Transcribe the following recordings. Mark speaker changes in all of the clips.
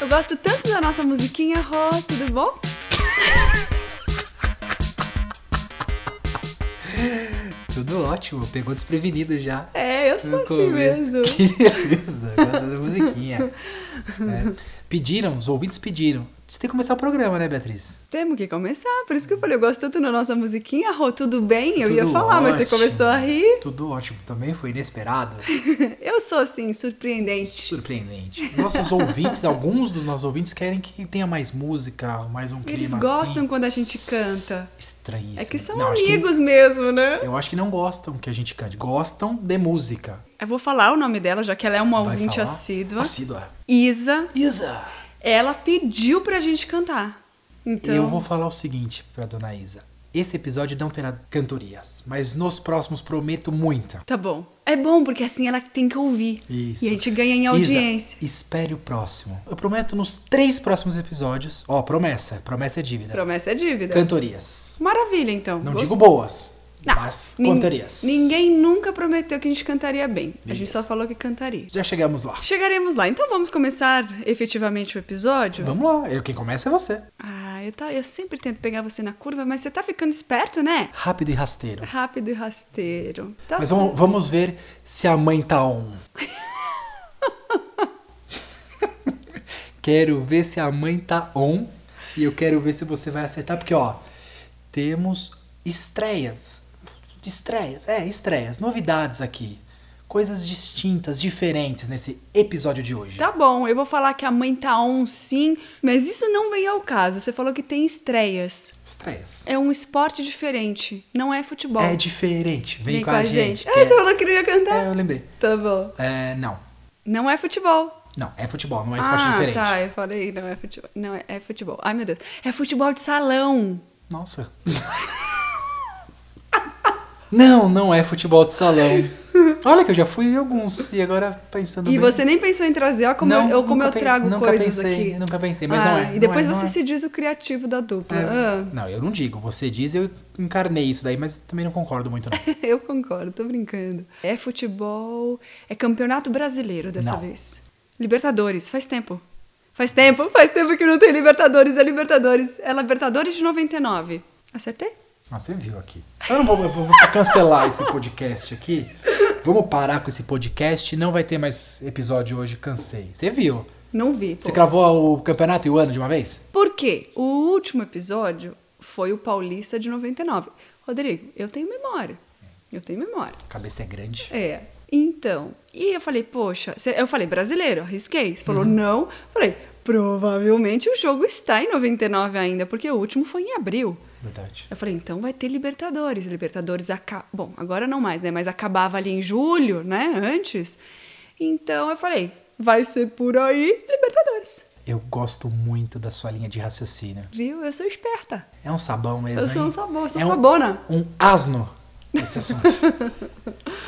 Speaker 1: Eu gosto tanto da nossa musiquinha, Rô, tudo bom?
Speaker 2: Tudo ótimo, pegou desprevenido já.
Speaker 1: É, eu sou
Speaker 2: No
Speaker 1: assim
Speaker 2: começo.
Speaker 1: mesmo.
Speaker 2: Que beleza, gosta da musiquinha. né? Pediram, os ouvintes pediram. Você tem que começar o programa, né, Beatriz?
Speaker 1: Temos que começar, por isso que eu falei, eu gosto tanto da nossa musiquinha, Rô, tudo bem? Eu ia
Speaker 2: Tudo
Speaker 1: falar, mas você
Speaker 2: ótimo.
Speaker 1: começou a rir.
Speaker 2: Tudo ótimo, também foi inesperado,
Speaker 1: Eu sou assim, surpreendente.
Speaker 2: surpreendente. Nossos ouvintes, alguns dos nossos ouvintes querem que tenha mais música, mais um clima
Speaker 1: Eles
Speaker 2: assim.
Speaker 1: gostam quando a gente canta.
Speaker 2: Estranhíssimo.
Speaker 1: É que são
Speaker 2: Não, acho
Speaker 1: amigos mesmo, né?
Speaker 2: eu acho que não gostam que a gente cante, gostam de música.
Speaker 1: Eu vou falar o nome dela, já que ela é uma
Speaker 2: Vai
Speaker 1: ouvinte
Speaker 2: falar?
Speaker 1: assídua.
Speaker 2: Assídua.
Speaker 1: Isa,
Speaker 2: Isa!
Speaker 1: ela pediu pra gente cantar. Então,
Speaker 2: Eu vou falar o seguinte pra dona Isa. Esse episódio não terá cantorias, mas nos próximos prometo muita.
Speaker 1: tá bom. É bom, porque assim ela tem que ouvir.
Speaker 2: Isso.
Speaker 1: E a gente ganha em audiência.
Speaker 2: Isa, espere o próximo. Eu prometo nos três próximos episódios. Ó, promessa. Promessa é dívida.
Speaker 1: Promessa é dívida.
Speaker 2: Cantorias.
Speaker 1: Maravilha, então.
Speaker 2: Não
Speaker 1: Vou-
Speaker 2: digo boas,
Speaker 1: Não,
Speaker 2: mas
Speaker 1: nin-
Speaker 2: cantorias.
Speaker 1: Ninguém nunca prometeu que a gente cantaria bem. A gente
Speaker 2: Beleza.
Speaker 1: só falou que cantaria.
Speaker 2: Já chegamos lá.
Speaker 1: Chegaremos lá. Então vamos começar efetivamente o episódio?
Speaker 2: Vamos lá. Eu, quem começa é você.
Speaker 1: Ah, eu, tá, eu sempre tento pegar você na curva, mas você tá ficando esperto, né?
Speaker 2: Rápido e rasteiro.
Speaker 1: Rápido e rasteiro. Tá
Speaker 2: Mas
Speaker 1: certo.
Speaker 2: vamos, vamos ver se a mãe tá on. quero ver se a mãe tá on. E eu quero ver se você vai acertar, porque ó, temos estreias. Estreias, é, estreias, novidades aqui. Coisas distintas, diferentes nesse episódio de hoje.
Speaker 1: Tá bom, eu vou falar que a mãe tá on sim, mas isso não vem ao caso. Você falou que tem estreias.
Speaker 2: Estreias.
Speaker 1: É um esporte diferente, não é futebol.
Speaker 2: É diferente. Vem, com, a gente.
Speaker 1: Ah,
Speaker 2: que é-
Speaker 1: você falou que não ia cantar?
Speaker 2: é, eu lembrei.
Speaker 1: Tá bom.
Speaker 2: É, não.
Speaker 1: Não é futebol.
Speaker 2: Não, é futebol, não é esporte
Speaker 1: ah,
Speaker 2: diferente.
Speaker 1: tá, eu falei, não é futebol. Não, é, é futebol. Ai, meu Deus. É futebol de salão.
Speaker 2: Nossa. não, não é futebol de salão. Olha que eu já fui em alguns e agora pensando
Speaker 1: e
Speaker 2: bem-
Speaker 1: você nem pensou em trazer, ó, como,
Speaker 2: Não,
Speaker 1: eu, ou como
Speaker 2: nunca
Speaker 1: eu
Speaker 2: pen-
Speaker 1: trago
Speaker 2: nunca
Speaker 1: coisas
Speaker 2: pensei,
Speaker 1: aqui.
Speaker 2: Nunca pensei, mas
Speaker 1: Ah,
Speaker 2: não é.
Speaker 1: E depois
Speaker 2: não é,
Speaker 1: você
Speaker 2: não é.
Speaker 1: se diz o criativo da dupla. Ah,
Speaker 2: Não, eu não digo. Você diz, eu encarnei isso daí, mas também não concordo muito não.
Speaker 1: eu concordo, tô brincando. É futebol. É campeonato brasileiro dessa
Speaker 2: Não.
Speaker 1: vez. Libertadores, faz tempo. Faz tempo, faz tempo que não tem Libertadores, é Libertadores. É Libertadores de 99. Acertei?
Speaker 2: Ah, você viu aqui. Eu não vou, eu vou- vou cancelar esse podcast aqui. Vamos parar com esse podcast. Não vai ter mais episódio hoje, cansei. Você viu?
Speaker 1: Não vi. Pô.
Speaker 2: Você cravou o campeonato e o ano de uma vez?
Speaker 1: Por quê? O último episódio foi o Paulista de 99. Rodrigo, eu tenho memória. Eu tenho memória.
Speaker 2: A cabeça é grande.
Speaker 1: É. Então, e eu falei, poxa, cê- eu falei brasileiro, arrisquei. Você falou não. Eu Falei, provavelmente o jogo está em 99 ainda, porque o último foi em abril.
Speaker 2: Verdade.
Speaker 1: Eu falei, então vai ter Libertadores. Libertadores acaba. Bom, agora não mais, né? Mas acabava ali em julho, né? Antes. Então eu falei, vai ser por aí Libertadores.
Speaker 2: Eu gosto muito da sua linha de raciocínio.
Speaker 1: Viu? Eu sou esperta.
Speaker 2: É um sabão mesmo.
Speaker 1: Eu sou
Speaker 2: hein?
Speaker 1: um sabão, eu sou
Speaker 2: é um,
Speaker 1: sabona.
Speaker 2: um asno esse assunto.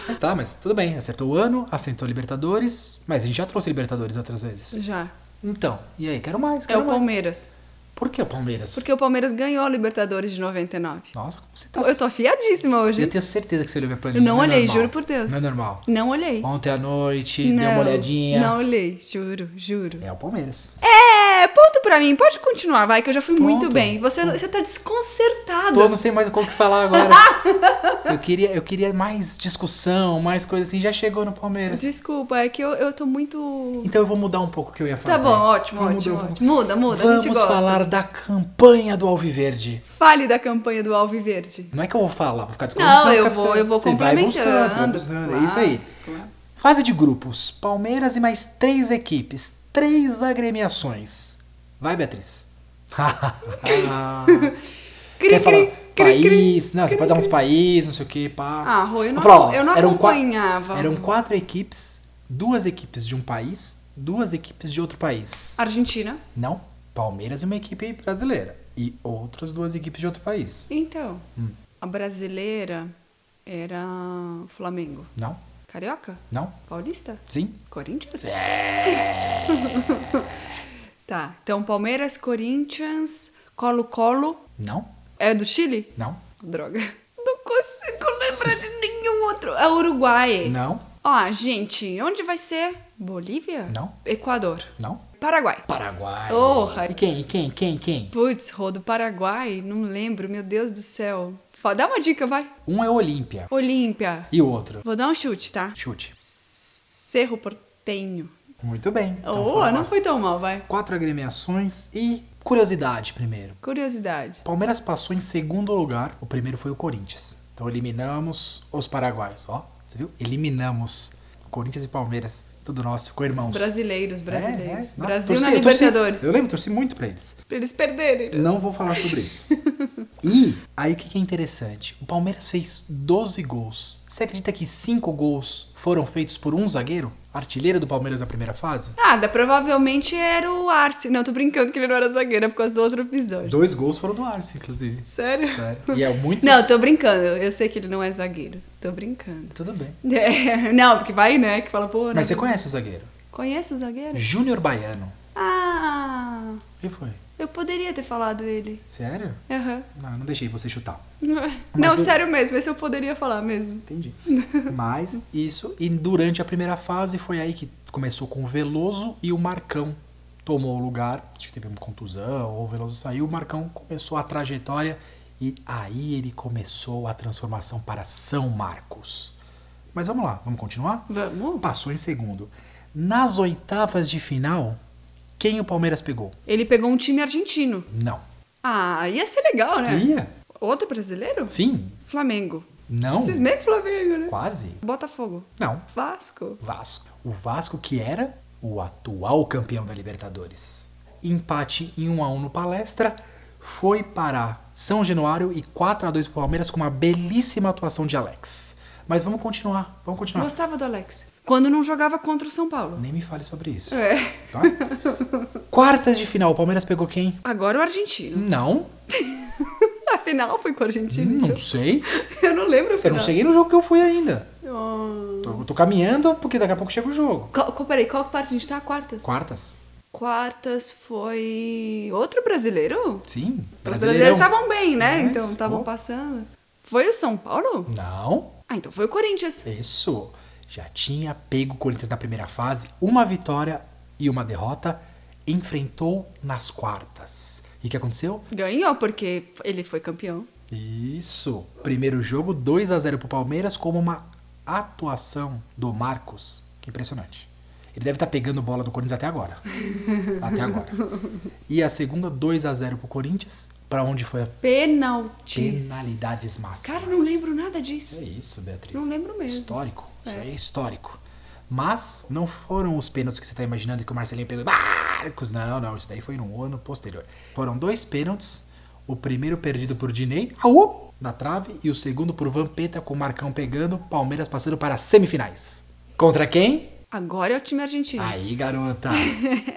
Speaker 2: mas tá, mas tudo bem. Acertou o ano, acertou Libertadores. Mas a gente já trouxe Libertadores outras vezes.
Speaker 1: Já.
Speaker 2: Então, e aí? Quero mais,
Speaker 1: É
Speaker 2: quero
Speaker 1: o
Speaker 2: mais.
Speaker 1: Palmeiras.
Speaker 2: Por que o Palmeiras?
Speaker 1: Porque o Palmeiras ganhou a Libertadores de 99.
Speaker 2: Nossa, como você tá...
Speaker 1: Então, eu tô afiadíssima hoje.
Speaker 2: Eu tenho certeza que você olhou minha
Speaker 1: Eu
Speaker 2: planilha.
Speaker 1: não
Speaker 2: é
Speaker 1: olhei,
Speaker 2: normal.
Speaker 1: juro por Deus.
Speaker 2: Não é normal.
Speaker 1: Não olhei.
Speaker 2: Ontem à noite, deu
Speaker 1: não,
Speaker 2: uma olhadinha.
Speaker 1: Não olhei, juro, juro.
Speaker 2: É o Palmeiras.
Speaker 1: É, ponto pra mim. Pode continuar, vai, que eu já fui muito
Speaker 2: Ponto.
Speaker 1: bem. Você, você tá desconcertado.
Speaker 2: Tô, não sei mais como que falar agora. eu, queria, eu queria mais discussão, mais coisa assim. Já chegou no Palmeiras.
Speaker 1: Desculpa, é que eu, eu tô muito...
Speaker 2: Então eu vou mudar um pouco o que eu ia fazer.
Speaker 1: Tá bom, ótimo,
Speaker 2: Vou
Speaker 1: ótimo,
Speaker 2: mudar um
Speaker 1: ótimo. Muda, muda, a
Speaker 2: Vamos
Speaker 1: gente gosta.
Speaker 2: falar da campanha do Alviverde.
Speaker 1: Fale da campanha do Alviverde.
Speaker 2: Não é que eu vou falar, vou ficar discutindo.
Speaker 1: Não,
Speaker 2: senão
Speaker 1: eu
Speaker 2: fica-
Speaker 1: vou, eu vou
Speaker 2: você vai buscando,
Speaker 1: complementando.
Speaker 2: você vai buscando,
Speaker 1: Claro,
Speaker 2: É isso aí.
Speaker 1: claro.
Speaker 2: Fase de grupos: Palmeiras e mais três equipes, três agremiações. Vai, Beatriz. Quer falar país? Não, você pode dar uns países, não sei o que, pá.
Speaker 1: Ah, Rô, eu não-
Speaker 2: Fala, ó,
Speaker 1: eu não
Speaker 2: eram qua-
Speaker 1: acompanhava.
Speaker 2: Eram quatro equipes, duas equipes de um país, duas equipes de outro país.
Speaker 1: Argentina.
Speaker 2: Não, Palmeiras é uma equipe brasileira e outras duas equipes de outro país.
Speaker 1: Então, a brasileira era Flamengo.
Speaker 2: Não?
Speaker 1: Carioca?
Speaker 2: Não?
Speaker 1: Paulista?
Speaker 2: Sim? É.
Speaker 1: Corinthians? tá, então Palmeiras, Corinthians, Colo-Colo.
Speaker 2: Não?
Speaker 1: É do Chile?
Speaker 2: Não?
Speaker 1: Droga. Não consigo lembrar de nenhum outro. É Uruguai.
Speaker 2: Não?
Speaker 1: Ó, gente, onde vai ser? Bolívia?
Speaker 2: Não.
Speaker 1: Equador.
Speaker 2: Não?
Speaker 1: Paraguai.
Speaker 2: Paraguai.
Speaker 1: Porra.
Speaker 2: E quem, e quem, quem, quem?
Speaker 1: Putz, Rô, do Paraguai, não lembro, meu Deus do céu. Fa- Dá uma dica, vai.
Speaker 2: Um é Olímpia.
Speaker 1: Olímpia.
Speaker 2: E o outro?
Speaker 1: Vou dar um chute, tá?
Speaker 2: Chute.
Speaker 1: Cerro Portenho.
Speaker 2: Muito bem. Então,
Speaker 1: oh,
Speaker 2: foram
Speaker 1: não
Speaker 2: as
Speaker 1: foi tão mal, vai.
Speaker 2: Quatro agremiações e curiosidade primeiro.
Speaker 1: Curiosidade.
Speaker 2: Palmeiras passou em segundo lugar. O primeiro foi o Corinthians. Então eliminamos os paraguaios, ó. Você viu? Eliminamos. Corinthians e Palmeiras, tudo nosso, co-irmãos.
Speaker 1: Brasileiros, brasileiros.
Speaker 2: É, é. Nossa,
Speaker 1: Brasil na
Speaker 2: torci- eu torci-
Speaker 1: Libertadores.
Speaker 2: Eu lembro, torci muito pra eles.
Speaker 1: Pra eles perderem. né?
Speaker 2: Não vou falar sobre isso. E aí o que que é interessante? O Palmeiras fez 12 gols. Você acredita que 5 gols foram feitos por um zagueiro? Artilheiro do Palmeiras na primeira fase?
Speaker 1: Nada, provavelmente era o Arce. Não, tô brincando que ele não era zagueiro, é por causa do outro episódio.
Speaker 2: Dois gols foram do Arce, inclusive.
Speaker 1: Sério?
Speaker 2: Sério. E é muito.
Speaker 1: Não, tô brincando. Eu sei que ele não é zagueiro. Tô brincando.
Speaker 2: Tudo bem.
Speaker 1: É, não, porque vai, né? Que fala, pô, não-
Speaker 2: Mas você conhece o zagueiro?
Speaker 1: Conhece o zagueiro?
Speaker 2: Júnior Baiano.
Speaker 1: Ah,
Speaker 2: O que foi?
Speaker 1: eu poderia ter falado ele.
Speaker 2: Sério?
Speaker 1: Aham.
Speaker 2: Não, não deixei você chutar.
Speaker 1: Não,
Speaker 2: o-
Speaker 1: sério mesmo, esse eu poderia falar mesmo.
Speaker 2: Entendi. Mas isso, e durante a primeira fase foi aí que começou com o Veloso e o Marcão tomou o lugar. Acho que teve uma contusão, ou o Veloso saiu, o Marcão começou a trajetória e aí ele começou a transformação para São Marcos. Mas vamos lá, vamos continuar?
Speaker 1: Vamos?
Speaker 2: Passou em segundo. Nas oitavas de final, quem o Palmeiras pegou?
Speaker 1: Ele pegou um time argentino.
Speaker 2: Não.
Speaker 1: Ah, ia ser legal, né?
Speaker 2: Ia?
Speaker 1: Outro brasileiro?
Speaker 2: Sim?
Speaker 1: Flamengo.
Speaker 2: Não?
Speaker 1: Vocês meio que Flamengo, né?
Speaker 2: Quase?
Speaker 1: Botafogo.
Speaker 2: Não.
Speaker 1: Vasco.
Speaker 2: Vasco. O Vasco que era o atual campeão da Libertadores. Empate em 1 a 1 no Palestra, foi para São Januário e 4 a 2 pro Palmeiras com uma belíssima atuação de Alex. Mas vamos continuar, vamos continuar.
Speaker 1: Gostava do Alex. Quando não jogava contra o São Paulo.
Speaker 2: Nem me fale sobre isso.
Speaker 1: É.
Speaker 2: tá? Quartas de final, o Palmeiras pegou quem?
Speaker 1: Agora o argentino. Hum.
Speaker 2: Não,
Speaker 1: Afinal, fui com o argentino.
Speaker 2: não sei.
Speaker 1: Eu não lembro o
Speaker 2: Eu
Speaker 1: final.
Speaker 2: não cheguei no jogo que eu fui ainda.
Speaker 1: Ah.
Speaker 2: Tô, tô caminhando porque daqui a pouco chega o jogo.
Speaker 1: Qual, qual- peraí, qual parte a gente tá? Quartas?
Speaker 2: Quartas?
Speaker 1: Quartas foi outro brasileiro?
Speaker 2: Sim.
Speaker 1: Os
Speaker 2: Brasileirão.
Speaker 1: brasileiros estavam bem, né?
Speaker 2: Mas,
Speaker 1: então estavam
Speaker 2: pô.
Speaker 1: passando. Foi o São Paulo?
Speaker 2: Não.
Speaker 1: Ah, então foi o Corinthians.
Speaker 2: Isso. Já tinha pego o Corinthians na primeira fase, uma vitória e uma derrota, enfrentou nas quartas. E o que aconteceu?
Speaker 1: Ganhou porque ele foi campeão.
Speaker 2: Isso. Primeiro jogo 2 a 0 pro Palmeiras como uma atuação do Marcos, que impressionante. Ele deve estar pegando bola do Corinthians até agora. até agora. E a segunda 2 a 0 pro Corinthians, pra onde foi a
Speaker 1: Penaltis.
Speaker 2: penalidades máximas.
Speaker 1: Cara, não lembro nada
Speaker 2: É
Speaker 1: disso.
Speaker 2: isso, Beatriz.
Speaker 1: Não lembro mesmo.
Speaker 2: Histórico. Isso
Speaker 1: É.
Speaker 2: aí é histórico. Mas não foram os pênaltis que você tá imaginando que o Marcelinho pegou. Marcos, não, não. Isso daí foi num ano posterior. Foram dois pênaltis. O primeiro perdido por Dinei, aô, na trave, e o segundo por Vampeta com o Marcão pegando, Palmeiras passando para as semifinais. Contra quem?
Speaker 1: Agora é o time argentino.
Speaker 2: Aí, garota.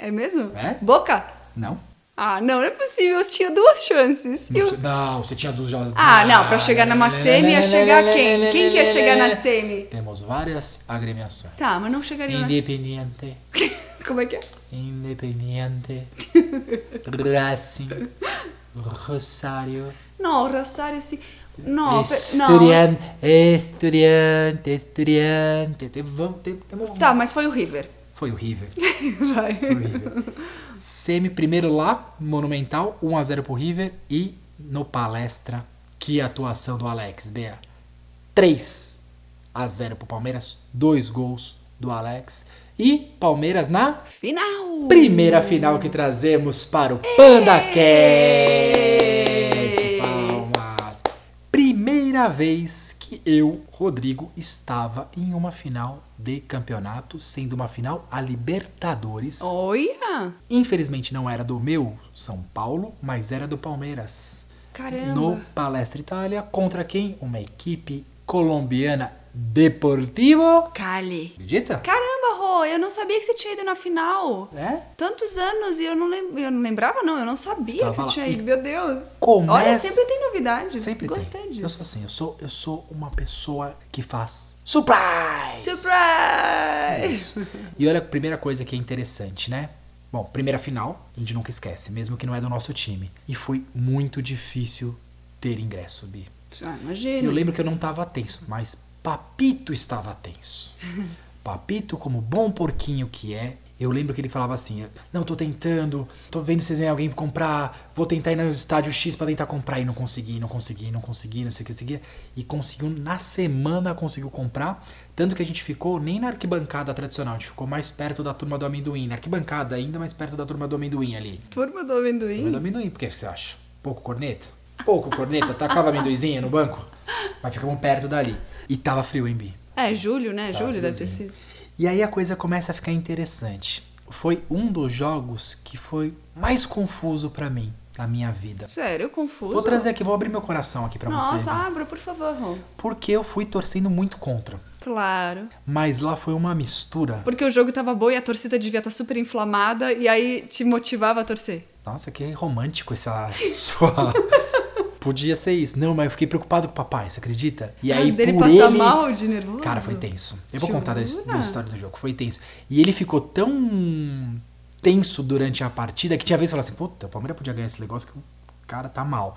Speaker 1: é mesmo?
Speaker 2: É?
Speaker 1: Boca?
Speaker 2: não?
Speaker 1: Ah, não, não é possível. Eu tinha duas chances. E
Speaker 2: Não,
Speaker 1: o-
Speaker 2: você- não, você tinha dos já.
Speaker 1: Ah, não, pra chegar numa semi ia chegar quem? Quem que ia chegar na semi?
Speaker 2: Temos várias agremiações.
Speaker 1: Tá, mas não chegaria na...
Speaker 2: Independiente.
Speaker 1: Como é que é?
Speaker 2: Independiente, Racing, Rosário,
Speaker 1: Não, o Rosário sim. Oh, Não, per... não.
Speaker 2: Estudian- Estudiante, Estudiante, Tem- vamos- tem- temos-
Speaker 1: Tá, mas foi o River.
Speaker 2: Foi o River.
Speaker 1: Vai.
Speaker 2: Foi o River. Semi primeiro lá, Monumental, 1 a 0 pro River e no Palestra, que é atuação do Alex, Bea. 3 a 0 pro Palmeiras, dois gols do Alex e Palmeiras na
Speaker 1: Final!
Speaker 2: Primeira final que trazemos para o PandaCast. Palmas. Primeira vez que eu, Rodrigo, estava em uma final de campeonato, sendo uma final a Libertadores.
Speaker 1: Olha!
Speaker 2: Infelizmente não era do meu São Paulo, mas era do Palmeiras.
Speaker 1: Caramba!
Speaker 2: No Palestra Itália, contra quem? Uma equipe colombiana Deportivo.
Speaker 1: Cali.
Speaker 2: Acredita?
Speaker 1: Caramba, Rô, eu não sabia que você tinha ido na final.
Speaker 2: É?
Speaker 1: Tantos anos e eu não, lem- eu não lembrava, não. Eu não sabia
Speaker 2: Estava
Speaker 1: que você
Speaker 2: lá.
Speaker 1: tinha
Speaker 2: E
Speaker 1: ido. Meu Deus.
Speaker 2: começa-
Speaker 1: Olha, sempre tem novidades.
Speaker 2: Sempre tem.
Speaker 1: Gostei
Speaker 2: Eu
Speaker 1: disso.
Speaker 2: sou assim, eu sou, eu sou uma pessoa que faz surprise!
Speaker 1: Surprise!
Speaker 2: Isso. E olha a primeira coisa que é interessante, né? Bom, primeira final, a gente nunca esquece, mesmo que não é do nosso time. E foi muito difícil ter ingresso, Bi.
Speaker 1: Ah, imagina.
Speaker 2: Eu lembro que eu não tava tenso, mas Papito estava tenso. Papito, como bom porquinho que é, eu lembro que ele falava assim: Não, tô tentando, tô vendo se tem alguém pra comprar, vou tentar ir no estádio X pra tentar comprar e não consegui, não consegui, não consegui, não sei o que, não sei o que. E conseguiu, na semana conseguiu comprar. Tanto que a gente ficou nem na arquibancada tradicional, a gente ficou mais perto da turma do amendoim. Na arquibancada, ainda mais perto da turma do amendoim ali.
Speaker 1: Turma do
Speaker 2: Turma do
Speaker 1: amendoim?
Speaker 2: amendoim, por que você acha? Pouco corneta? Pouco corneta, tacava amendoizinha no banco, mas ficamos perto dali. E tava frio, hein, Bi?
Speaker 1: É, julho,
Speaker 2: Ah,
Speaker 1: né? julho deve ter
Speaker 2: friozinho.
Speaker 1: sido.
Speaker 2: E aí a coisa começa a ficar interessante. Foi um dos jogos que foi mais confuso pra mim na minha vida.
Speaker 1: Sério, confuso.
Speaker 2: Vou trazer aqui, vou abrir meu coração aqui pra você.
Speaker 1: Nossa, ah.
Speaker 2: Bi.
Speaker 1: abra, por favor, Ron.
Speaker 2: Porque eu fui torcendo muito contra.
Speaker 1: Claro.
Speaker 2: Mas lá foi uma mistura.
Speaker 1: Porque o jogo tava bom e a torcida devia estar super inflamada e aí te motivava a torcer.
Speaker 2: Nossa, que romântico essa sua. Podia ser isso. Não, mas eu fiquei preocupado com o papai, você acredita? E
Speaker 1: Ah,
Speaker 2: aí
Speaker 1: dele
Speaker 2: por
Speaker 1: passar
Speaker 2: ele...
Speaker 1: mal de nervoso.
Speaker 2: Cara, foi tenso. Eu vou contar da,
Speaker 1: Jura?
Speaker 2: da história do jogo. Foi tenso. E ele ficou tão tenso durante a partida que tinha vez que falava assim: puta, o Palmeiras podia ganhar esse negócio que o cara tá mal.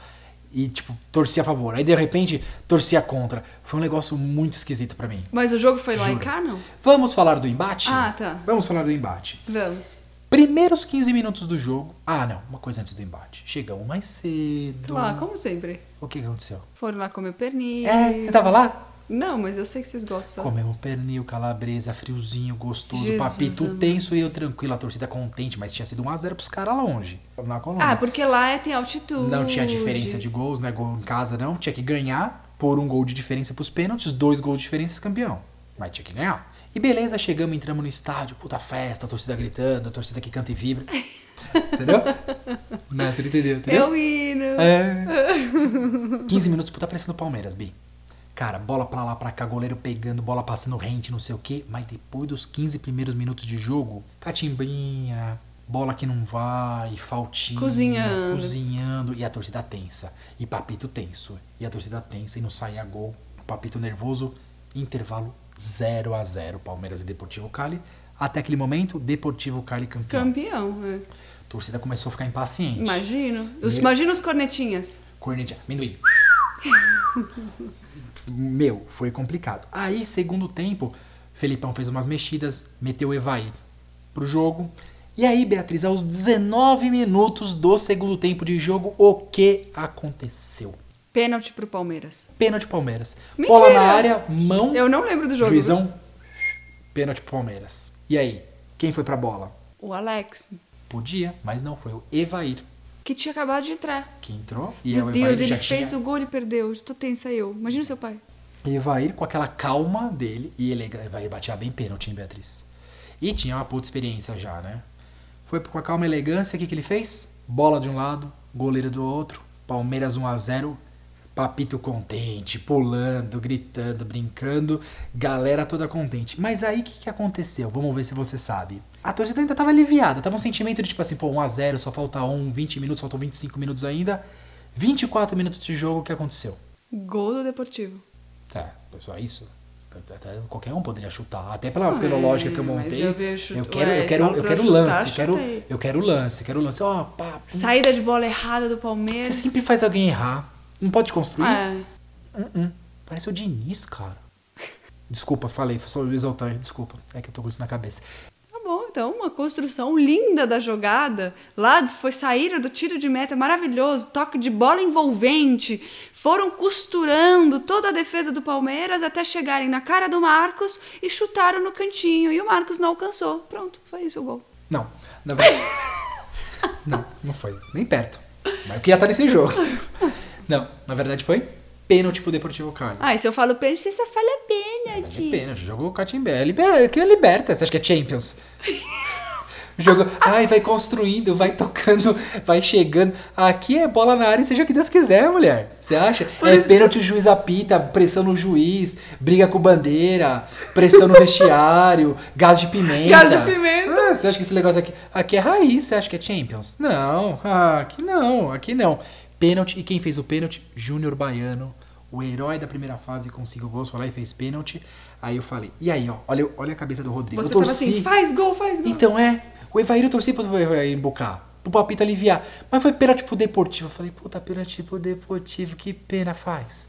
Speaker 2: E, tipo, torcia a favor. Aí, de repente, torcia contra. Foi um negócio muito esquisito pra mim.
Speaker 1: Mas o jogo foi lá em
Speaker 2: Juro.
Speaker 1: cá, não?
Speaker 2: Vamos falar do embate?
Speaker 1: Ah, tá.
Speaker 2: Vamos falar do embate.
Speaker 1: Vamos.
Speaker 2: Primeiros 15 minutos do jogo. Ah, não. Uma coisa antes do embate. Chegamos mais cedo.
Speaker 1: Lá, como sempre.
Speaker 2: O que que aconteceu?
Speaker 1: Foram lá comer pernil.
Speaker 2: É, você tava lá?
Speaker 1: Não, mas eu sei que vocês gostam.
Speaker 2: Comemos pernil, calabresa, friozinho, gostoso,
Speaker 1: Jesus
Speaker 2: papito
Speaker 1: amado.
Speaker 2: tenso e eu tranquilo, a torcida contente, mas tinha sido 1x0 pros caras lá longe, na Colômbia.
Speaker 1: Ah, porque lá é, tem altitude.
Speaker 2: não tinha diferença de gols, né? Gol em casa não, tinha que ganhar por um gol de diferença pros pênaltis, dois gols de diferença campeão. Mas tinha que ganhar. E beleza, chegamos, entramos no estádio, puta festa, a torcida gritando, a torcida que canta e vibra. entendeu? Não, você não entendeu, entendeu?
Speaker 1: Eu hino.
Speaker 2: É. 15 minutos, puta, parecendo o Palmeiras, Bi. Cara, bola pra lá, pra cá, goleiro pegando, bola passando rente, não sei o quê. Mas depois dos 15 primeiros minutos de jogo, catimbinha, bola que não vai, faltinha.
Speaker 1: Cozinhando.
Speaker 2: Cozinhando. E a torcida tensa. E papito tenso. E a torcida tensa e não saía gol. Papito nervoso. Intervalo 0 a 0 Palmeiras e Deportivo Cali. Até aquele momento, Deportivo Cali campeão.
Speaker 1: Campeão, é.
Speaker 2: A torcida começou a ficar impaciente.
Speaker 1: Imagino. Os,
Speaker 2: Meu.
Speaker 1: imagina os cornetinhas.
Speaker 2: Cornetinha, amendoim. Meu, foi complicado. Aí, segundo tempo, Felipão fez umas mexidas, meteu o Evaí pro jogo. E aí, Beatriz, aos 19 minutos do segundo tempo de jogo, o que aconteceu?
Speaker 1: Pênalti pro Palmeiras.
Speaker 2: Pênalti Palmeiras.
Speaker 1: Mentira!
Speaker 2: Bola na área, mão,
Speaker 1: Eu não lembro do jogo.
Speaker 2: juizão, pênalti pro Palmeiras. E aí, quem foi pra bola?
Speaker 1: O Alex,
Speaker 2: Podia, mas não foi o Evair
Speaker 1: que tinha acabado de entrar.
Speaker 2: que entrou. E é
Speaker 1: Meu
Speaker 2: o
Speaker 1: Deus,
Speaker 2: Evair
Speaker 1: ele
Speaker 2: já
Speaker 1: fez
Speaker 2: tinha-
Speaker 1: o gol e perdeu. Eu Tô tensa eu. Imagina seu pai.
Speaker 2: Evair com aquela calma dele. E ele, Evair batia bem pênalti, hein, Beatriz? E tinha uma puta experiência já, né? Foi com a calma e elegância, o que, que ele fez? Bola de um lado, goleiro do outro. Palmeiras 1 a 0 Papito contente, pulando, gritando, brincando. Galera toda contente. Mas aí, o que, que aconteceu? Vamos ver se você sabe. A torcida ainda tava aliviada. Tava um sentimento de tipo assim, pô, 1 a 0 só falta 1, 20 minutos, faltam 25 minutos ainda. 24 minutos de jogo, o que aconteceu?
Speaker 1: Gol do Deportivo.
Speaker 2: É, pessoal, é isso. Até qualquer um poderia chutar. Até pela,
Speaker 1: Ah,
Speaker 2: pela
Speaker 1: é,
Speaker 2: lógica que eu
Speaker 1: mas
Speaker 2: montei.
Speaker 1: eu vejo-
Speaker 2: eu quero,
Speaker 1: é,
Speaker 2: eu quero,
Speaker 1: fala
Speaker 2: eu
Speaker 1: pra
Speaker 2: quero
Speaker 1: chutar,
Speaker 2: lance, quero,
Speaker 1: chutei.
Speaker 2: eu quero lance, quero lance. Ó, pá. pum.
Speaker 1: Saída de bola errada do
Speaker 2: Você
Speaker 1: Palmeiras.
Speaker 2: sempre faz alguém errar. Não pode construir?
Speaker 1: É.
Speaker 2: Uh-uh. Parece o Diniz, cara. Desculpa, falei, sou eu exaltante, desculpa. É que eu tô com isso na cabeça.
Speaker 1: Tá bom, então uma construção linda da jogada. Lá foi saída do tiro de meta maravilhoso, toque de bola envolvente. Foram costurando toda a defesa do Palmeiras até chegarem na cara do Marcos e chutaram no cantinho. E o Marcos não alcançou. Pronto, foi isso o gol.
Speaker 2: Não, na verdade. não, não foi. Nem perto. Mas eu queria estar nesse jogo. Não, na verdade foi pênalti pro Deportivo Cali.
Speaker 1: Ah, e se eu falo pênalti, você só fala
Speaker 2: Mas
Speaker 1: pênalti.
Speaker 2: É pênalti, jogou o Catimbé. É libera, que é liberta, você acha que é Champions? Jogou, ai, vai construindo, vai tocando, vai chegando. Aqui é bola na área, seja o que Deus quiser, mulher. Você acha? É pênalti, o juiz apita, pressão no juiz, briga com bandeira, pressão no vestiário, gás de pimenta.
Speaker 1: Gás de pimenta.
Speaker 2: Ah, você acha que esse negócio aqui. Aqui é raiz, você acha que é Champions? Não, ah, aqui não, aqui não. Pênalti, e quem fez o pênalti? Júnior Baiano, o herói da primeira fase com cinco gols, foi lá e fez pênalti. Aí eu falei, e aí, ó, olha, olha a cabeça do Rodrigo.
Speaker 1: Você
Speaker 2: eu
Speaker 1: tava
Speaker 2: torci.
Speaker 1: assim, faz gol, faz gol.
Speaker 2: Então é, o Evair eu torci pro Evair embocar, pro Papito aliviar. Mas foi pênalti pro Deportivo. Eu falei, puta, pênalti pro Deportivo, que pena faz.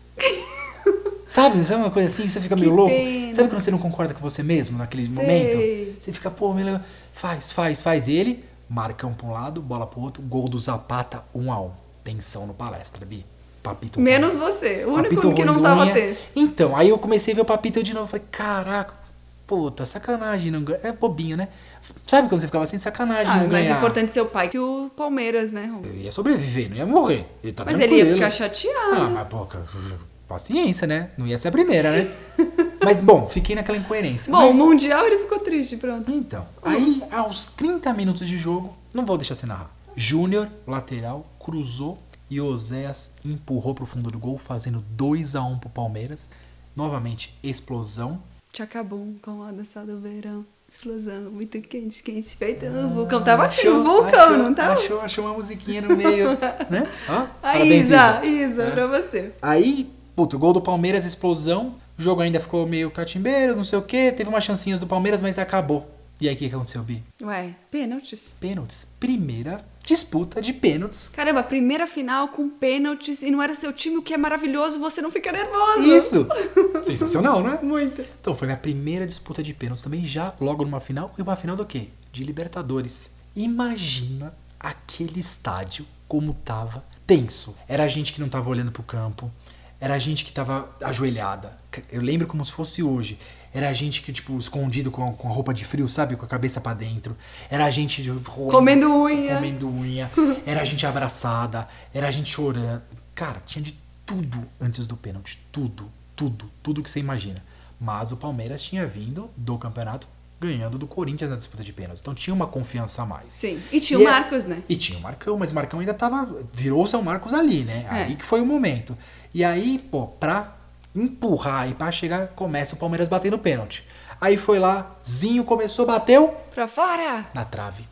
Speaker 2: Sabe? Sabe uma coisa assim? Você fica meio
Speaker 1: Que
Speaker 2: louco.
Speaker 1: pena.
Speaker 2: Sabe quando você não concorda com você mesmo naquele
Speaker 1: Sei.
Speaker 2: momento? Você fica, pô, meu, faz, faz, faz. E ele, marcão pra um lado, bola pro outro, gol do Zapata, um a um. Tensão no palestra, Bi. Papito. ruim.
Speaker 1: Menos você, o único
Speaker 2: Papito
Speaker 1: que
Speaker 2: ruim
Speaker 1: não
Speaker 2: do
Speaker 1: tava
Speaker 2: Unha.
Speaker 1: tenso.
Speaker 2: Então, aí eu comecei a ver o Papito de novo. Falei, caraca, puta, sacanagem. Não ganha. É bobinho, né? Sabe quando você ficava assim, sacanagem,
Speaker 1: Ah,
Speaker 2: não
Speaker 1: mais
Speaker 2: ganhar.
Speaker 1: importante ser o pai que o Palmeiras, né, Rô?
Speaker 2: Eu ia sobreviver, não ia morrer. Ele tá
Speaker 1: Mas
Speaker 2: tranquilo.
Speaker 1: ele ia ficar chateado.
Speaker 2: Ah, mas pô, ca- paciência, né? Não ia ser a primeira, né? mas bom, fiquei naquela incoerência.
Speaker 1: Bom,
Speaker 2: Mas-
Speaker 1: o Mundial ele ficou triste, pronto.
Speaker 2: Então, aí aos 30 minutos de jogo, não vou deixar você narrar. Júnior, lateral, cruzou e Oséas empurrou pro fundo do gol, fazendo 2 a 1 pro Palmeiras. Novamente, explosão.
Speaker 1: Te acabou com a dança do verão. Explosão, muito quente, quente, feito um vulcão. Tava assim, um vulcão,
Speaker 2: achou,
Speaker 1: não tava?
Speaker 2: Achou, achou uma musiquinha no meio, né? Ó,
Speaker 1: Aí,
Speaker 2: parabéns,
Speaker 1: Isa, Isa,
Speaker 2: É.
Speaker 1: pra você.
Speaker 2: Aí, puto, gol do Palmeiras, explosão. O jogo ainda ficou meio catimbeiro, não sei o quê. Teve umas chancinhas do Palmeiras, mas acabou. E aí, o que que aconteceu, Bi?
Speaker 1: Ué, pênaltis.
Speaker 2: Pênaltis. Primeira disputa de pênaltis.
Speaker 1: Caramba, primeira final com pênaltis e não era seu time, o que é maravilhoso, você não fica nervoso.
Speaker 2: Isso! Sensacional, né?
Speaker 1: é Muito.
Speaker 2: Então, foi minha primeira disputa de pênaltis também, já logo numa final. E uma final do quê? De Libertadores. Imagina aquele estádio como tava tenso. Era gente que não tava olhando pro campo. Era gente que tava ajoelhada. Eu lembro como se fosse hoje. Era gente que, tipo, escondido com a, com a roupa de frio, sabe? Com a cabeça pra dentro. Era gente de-
Speaker 1: Comendo unha.
Speaker 2: Comendo unha. Era gente abraçada. Era gente chorando. Cara, tinha de tudo antes do pênalti. Tudo, tudo, tudo que você imagina. Mas o Palmeiras tinha vindo do campeonato ganhando do Corinthians na disputa de pênalti. Então tinha uma confiança a mais.
Speaker 1: Sim. E tinha
Speaker 2: E
Speaker 1: o
Speaker 2: é-
Speaker 1: Marcos, né?
Speaker 2: E tinha o Marcão, mas o Marcão ainda tava. Virou o São Marcos ali, né?
Speaker 1: É.
Speaker 2: Aí que foi o momento. E aí, pô, pra empurrar e pra chegar, começa o Palmeiras batendo pênalti. Aí foi lá, Zinho começou, bateu
Speaker 1: Pra fora!
Speaker 2: na trave.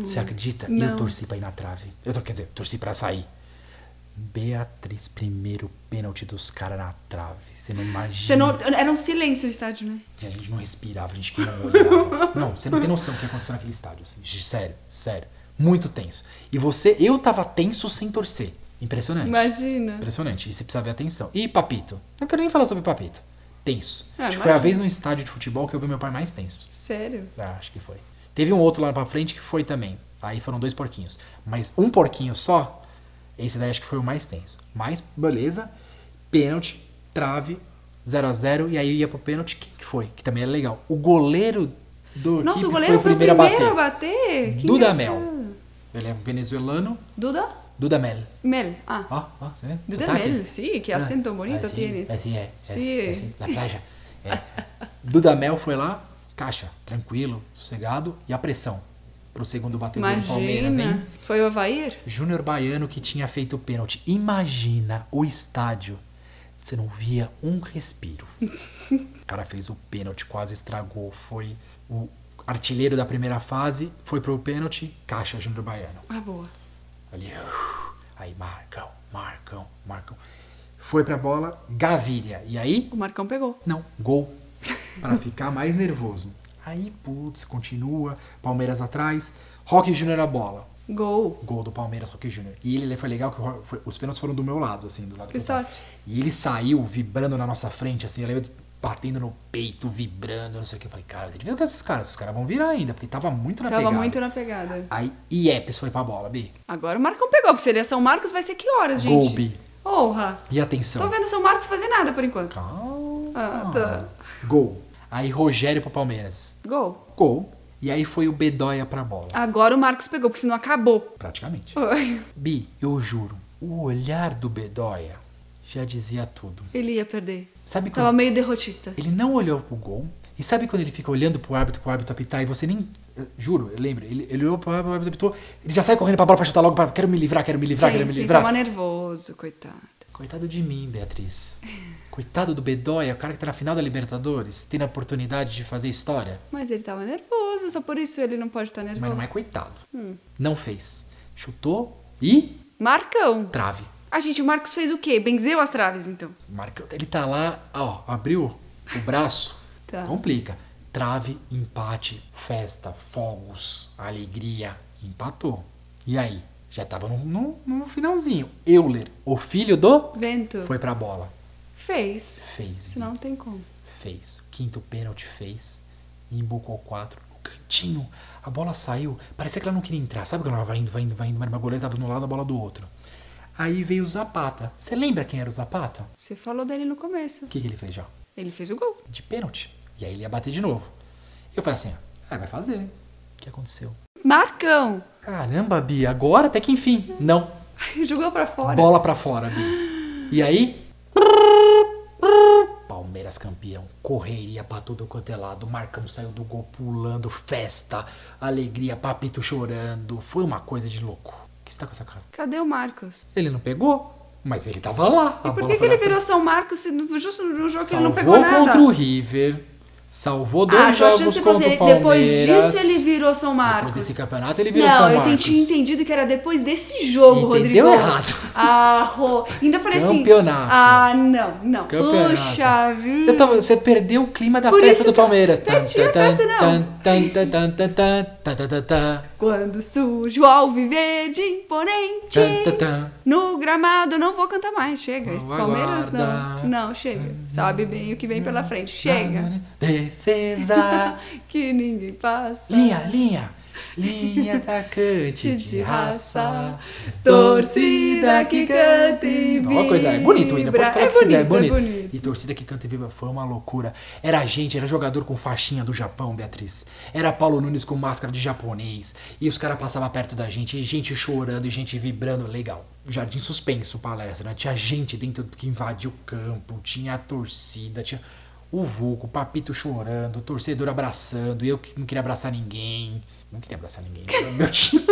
Speaker 2: Você acredita?
Speaker 1: Não.
Speaker 2: Eu torci pra ir na trave. Eu tô, quer dizer, torci pra sair. Beatriz, primeiro pênalti dos caras na trave. Você não imagina.
Speaker 1: Você não... Era um silêncio o estádio, né?
Speaker 2: E a gente não respirava, a gente que não olhava. não, você não tem noção do que aconteceu naquele estádio. assim. G- Sério, sério. Muito tenso. E você, eu tava tenso sem torcer. Impressionante.
Speaker 1: Imagina.
Speaker 2: Impressionante. E você precisa ver atenção. E Papito? Não quero nem falar sobre Papito. Tenso.
Speaker 1: Ah,
Speaker 2: acho que foi a
Speaker 1: imagina.
Speaker 2: vez no estádio de futebol que eu vi meu pai mais tenso.
Speaker 1: Sério?
Speaker 2: Ah, acho que foi. Teve um outro lá pra frente que foi também. Aí foram dois porquinhos. Mas um porquinho só, esse daí acho que foi o mais tenso. Mas, beleza. Pênalti, trave, 0 a 0 E aí ia pro pênalti, quem que foi? Que também é legal. O goleiro do.
Speaker 1: Nossa,
Speaker 2: time
Speaker 1: o goleiro foi o primeiro, a bater. Que
Speaker 2: Duda Mel.
Speaker 1: engraçado.
Speaker 2: Ele é um venezuelano.
Speaker 1: Duda?
Speaker 2: Dudamel.
Speaker 1: Mel. Ah.
Speaker 2: Ó, ó, você vê? Sotaque.
Speaker 1: Dudamel, sim, que acento bonito
Speaker 2: Assim,
Speaker 1: tienes.
Speaker 2: Assim é.
Speaker 1: Sí.
Speaker 2: Assim, assim, na playa. É. Dudamel foi lá, caixa, tranquilo, sossegado e a pressão pro segundo batedor do Palmeiras, hein?
Speaker 1: Imagina. Foi o Havaí?
Speaker 2: Júnior Baiano que tinha feito o pênalti. Imagina o estádio. Você não via um respiro. O cara fez o pênalti, quase estragou. Foi o artilheiro da primeira fase, foi pro pênalti, caixa Júnior Baiano.
Speaker 1: Ah, boa.
Speaker 2: Ali, uf, aí Marcão, Marcão, Marcão. Foi pra bola, Gaviria. E aí?
Speaker 1: O Marcão pegou.
Speaker 2: Não, gol. Pra ficar mais nervoso. Aí, putz, continua. Palmeiras atrás. Rock Júnior a bola.
Speaker 1: Gol.
Speaker 2: Gol do Palmeiras, Rock Júnior. E ele foi legal que o Roque- foi- os pênaltis foram do meu lado, assim, do lado
Speaker 1: Que
Speaker 2: do cara.
Speaker 1: sorte.
Speaker 2: E ele saiu vibrando na nossa frente, assim, eu lembro batendo no peito, vibrando, não sei o que. Eu falei, cara, você devia ter esses caras, esses caras vão virar ainda, porque tava muito na
Speaker 1: Tava
Speaker 2: pegada.
Speaker 1: muito na pegada.
Speaker 2: Aí Iepes foi pra bola, Bi.
Speaker 1: Agora o Marcão pegou, porque se ele é São Marcos, vai ser que horas, gente?
Speaker 2: Gol, Bi.
Speaker 1: Porra.
Speaker 2: E atenção.
Speaker 1: Tô vendo o São Marcos fazer nada por enquanto.
Speaker 2: Calma.
Speaker 1: Ah, tá.
Speaker 2: Gol. Aí Rogério pro Palmeiras.
Speaker 1: Gol.
Speaker 2: Gol. E aí foi o Bedoya pra bola.
Speaker 1: Agora o Marcos pegou, porque senão acabou.
Speaker 2: Praticamente.
Speaker 1: Ai,
Speaker 2: Bi, eu juro, o olhar do Bedoya já dizia tudo.
Speaker 1: Ele ia perder.
Speaker 2: Sabe
Speaker 1: Tava
Speaker 2: quando
Speaker 1: meio derrotista.
Speaker 2: ele não olhou pro gol? E sabe quando ele fica olhando pro árbitro, pro árbitro apitar e você nem... eu Juro, eu lembro. Ele, ele olhou pro árbitro, o árbitro apitou. Ele já sai correndo pra bola pra chutar logo. Pra, quero me livrar, quero me livrar,
Speaker 1: sim,
Speaker 2: quero me
Speaker 1: sim,
Speaker 2: livrar.
Speaker 1: tava nervoso, coitado.
Speaker 2: Coitado de mim, Beatriz. Coitado do Bedoya, o cara que tá na final da Libertadores, tendo a oportunidade de fazer história.
Speaker 1: Mas ele tava nervoso, só por isso ele não pode estar nervoso.
Speaker 2: Mas não é coitado. Não fez. Chutou e
Speaker 1: Marcão.
Speaker 2: trave.
Speaker 1: Ah, gente, o Marcos fez o quê? Benzeu as traves, então.
Speaker 2: Marcou. Ele tá lá, ó, abriu o braço.
Speaker 1: Tá.
Speaker 2: Complica. Trave, empate, festa, fogos, alegria. Empatou. E aí? Já tava no, no- no finalzinho. Euler, o filho do.
Speaker 1: Vento.
Speaker 2: Foi pra bola.
Speaker 1: Fez.
Speaker 2: Fez.
Speaker 1: Senão não tem como.
Speaker 2: Fez. Quinto pênalti fez. E embucou quatro. No cantinho. A bola saiu. Parecia que ela não queria entrar. Sabe quando ela vai indo, vai indo, vai indo. Mas o goleiro tava de um lado, a bola do outro. Aí veio o Zapata. Você lembra quem era o Zapata?
Speaker 1: Você falou dele no começo.
Speaker 2: O que, que ele fez já?
Speaker 1: Ele fez o gol.
Speaker 2: De pênalti. E aí ele ia bater de novo. Eu falei assim, ah, vai fazer. O que aconteceu?
Speaker 1: Marcão!
Speaker 2: Caramba, Bia, agora até que enfim. Não.
Speaker 1: Jogou pra fora.
Speaker 2: Bola pra fora, Bia. E aí? Palmeiras campeão. Correria pra tudo quanto é lado. Marcão saiu do gol pulando. Festa, alegria, papito chorando. Foi uma coisa de louco. O que está com essa cara?
Speaker 1: Cadê o Marcos?
Speaker 2: Ele não pegou, mas ele tava lá.
Speaker 1: E por que, que ele virou São Marcos se no- justo no jogo que ele não
Speaker 2: Salvou
Speaker 1: pegou nada?
Speaker 2: contra o River. Salvou dois
Speaker 1: Ah, tô achando que
Speaker 2: jogos
Speaker 1: você
Speaker 2: contra
Speaker 1: falou
Speaker 2: o
Speaker 1: assim,
Speaker 2: Palmeiras.
Speaker 1: depois disso ele virou São
Speaker 2: Depois
Speaker 1: Marcos.
Speaker 2: desse campeonato ele virou São
Speaker 1: Não, eu
Speaker 2: Marcos.
Speaker 1: tinha entendido que era depois desse jogo,
Speaker 2: Entendeu
Speaker 1: Rodrigo.
Speaker 2: errado.
Speaker 1: Ah, Rô. Ainda falei assim.
Speaker 2: Campeonato.
Speaker 1: Ah, não, não.
Speaker 2: Campeonato.
Speaker 1: Puxa vida.
Speaker 2: Eu tava- você perdeu o clima da
Speaker 1: Por
Speaker 2: festa
Speaker 1: isso
Speaker 2: do
Speaker 1: que eu-
Speaker 2: Palmeiras.
Speaker 1: Perdi
Speaker 2: Tan,
Speaker 1: a
Speaker 2: tan,
Speaker 1: festa,
Speaker 2: tan,
Speaker 1: não.
Speaker 2: tan, tan, tan, tan, tan, tan, tan, tan, tan.
Speaker 1: Quando surge o alviverde imponente.
Speaker 2: Tan, tan, tan.
Speaker 1: No gramado, eu não vou cantar mais. Chega. Esse
Speaker 2: Não
Speaker 1: Palmeiras
Speaker 2: aguarda.
Speaker 1: não. Não, chega. Sabe bem o que vem pela frente. Chega.
Speaker 2: Defesa.
Speaker 1: Que ninguém passa.
Speaker 2: Linha, linha. Linha atacante de
Speaker 1: de
Speaker 2: raça.
Speaker 1: raça, torcida que canta e
Speaker 2: Uma coisa, é
Speaker 1: vibra.
Speaker 2: bonito ainda, pode falar
Speaker 1: É
Speaker 2: o que quiser, é bonito.
Speaker 1: bonito, é bonito.
Speaker 2: E torcida que canta e vibra foi uma loucura. Era gente, era jogador com faixinha do Japão, Beatriz. Era Paulo Nunes com máscara de japonês. E os caras passavam perto da gente, e gente chorando, e gente vibrando, legal. Jardim suspenso, palestra, né? Tinha gente dentro que invadiu o campo, tinha a torcida, tinha o vulco, o papito chorando, o torcedor abraçando, eu que não queria abraçar ninguém. Não queria abraçar ninguém, era meu time.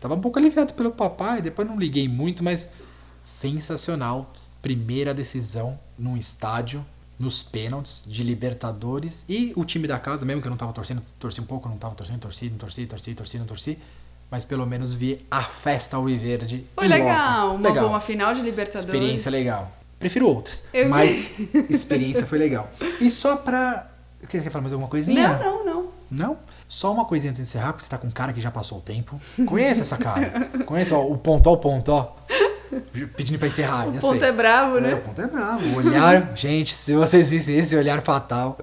Speaker 2: Tava um pouco aliviado pelo papai, depois não liguei muito, mas sensacional. Primeira decisão num estádio, nos pênaltis de Libertadores. E o time da casa, mesmo que eu não tava torcendo, torci um pouco, não tava torcendo, torci, não torci, torci, torci, não torci. Mas pelo menos vi a festa alviverde.
Speaker 1: Foi
Speaker 2: em loco.
Speaker 1: legal. Uma boa final de Libertadores.
Speaker 2: Experiência legal. Prefiro outras,
Speaker 1: Eu-
Speaker 2: mas experiência foi legal. E só pra... Quer quer falar mais alguma coisinha?
Speaker 1: Não, não, não.
Speaker 2: Não? Só uma coisinha antes de encerrar, porque você tá com um cara que já passou o tempo. Conhece essa cara. Conhece, ó, o ponto, ó, o ponto, ó. Pedindo pra encerrar,
Speaker 1: O
Speaker 2: eu
Speaker 1: ponto
Speaker 2: Ah, sei.
Speaker 1: é bravo,
Speaker 2: É, o
Speaker 1: né?
Speaker 2: ponto é bravo. O olhar, gente, se vocês vissem esse olhar fatal.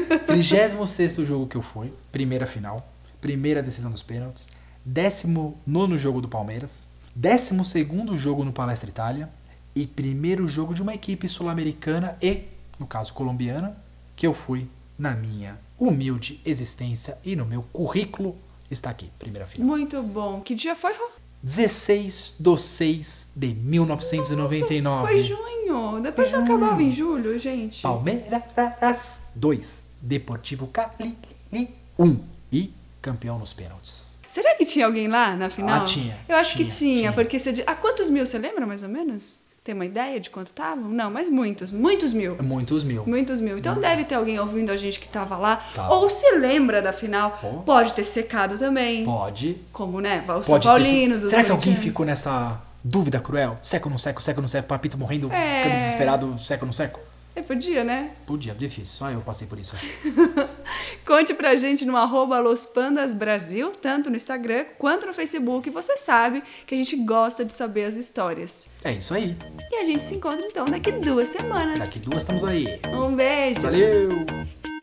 Speaker 2: 36 jogo que eu fui, primeira final, primeira decisão dos pênaltis, 19 jogo do Palmeiras, 12 jogo no Palestra Itália e primeiro jogo de uma equipe sul-americana e, no caso, colombiana, que eu fui na minha humilde existência e no meu currículo está aqui, primeira final.
Speaker 1: Muito bom. Que dia foi, Rô?
Speaker 2: 16 do 6 de 1999.
Speaker 1: Foi junho. Depois não acabava em julho, gente.
Speaker 2: Palmeiras 2, Deportivo Cali 1 um, e campeão nos pênaltis.
Speaker 1: Será que tinha alguém lá na final?
Speaker 2: Ah, tinha.
Speaker 1: Eu acho que
Speaker 2: Tinha,
Speaker 1: tinha,
Speaker 2: tinha.
Speaker 1: porque você. di- Ah, quantos mil você lembra mais ou menos? Tem uma ideia de quanto estavam? Não, mas muitos, muitos mil.
Speaker 2: Muitos mil.
Speaker 1: Muitos mil. Então deve ter alguém ouvindo a gente que tava lá.
Speaker 2: Né? Tá.
Speaker 1: Ou se lembra da final.
Speaker 2: Pô.
Speaker 1: Pode ter secado também.
Speaker 2: Pode.
Speaker 1: Como, né? Os São
Speaker 2: pode ter
Speaker 1: Paulinos,
Speaker 2: fi-
Speaker 1: os
Speaker 2: Será que alguém
Speaker 1: corintianos.
Speaker 2: ficou nessa dúvida cruel? Seco ou não seco, seco ou não seco, papito morrendo,
Speaker 1: É.
Speaker 2: ficando desesperado, seco ou não seco?
Speaker 1: É, podia, né?
Speaker 2: Podia, difícil. Só eu passei por isso.
Speaker 1: Conte pra gente no arroba Los Pandas Brasil, tanto no Instagram quanto no Facebook. Você sabe que a gente gosta de saber as histórias.
Speaker 2: É isso aí.
Speaker 1: E a gente se encontra então daqui duas semanas.
Speaker 2: Daqui duas estamos aí.
Speaker 1: Um beijo!
Speaker 2: Valeu!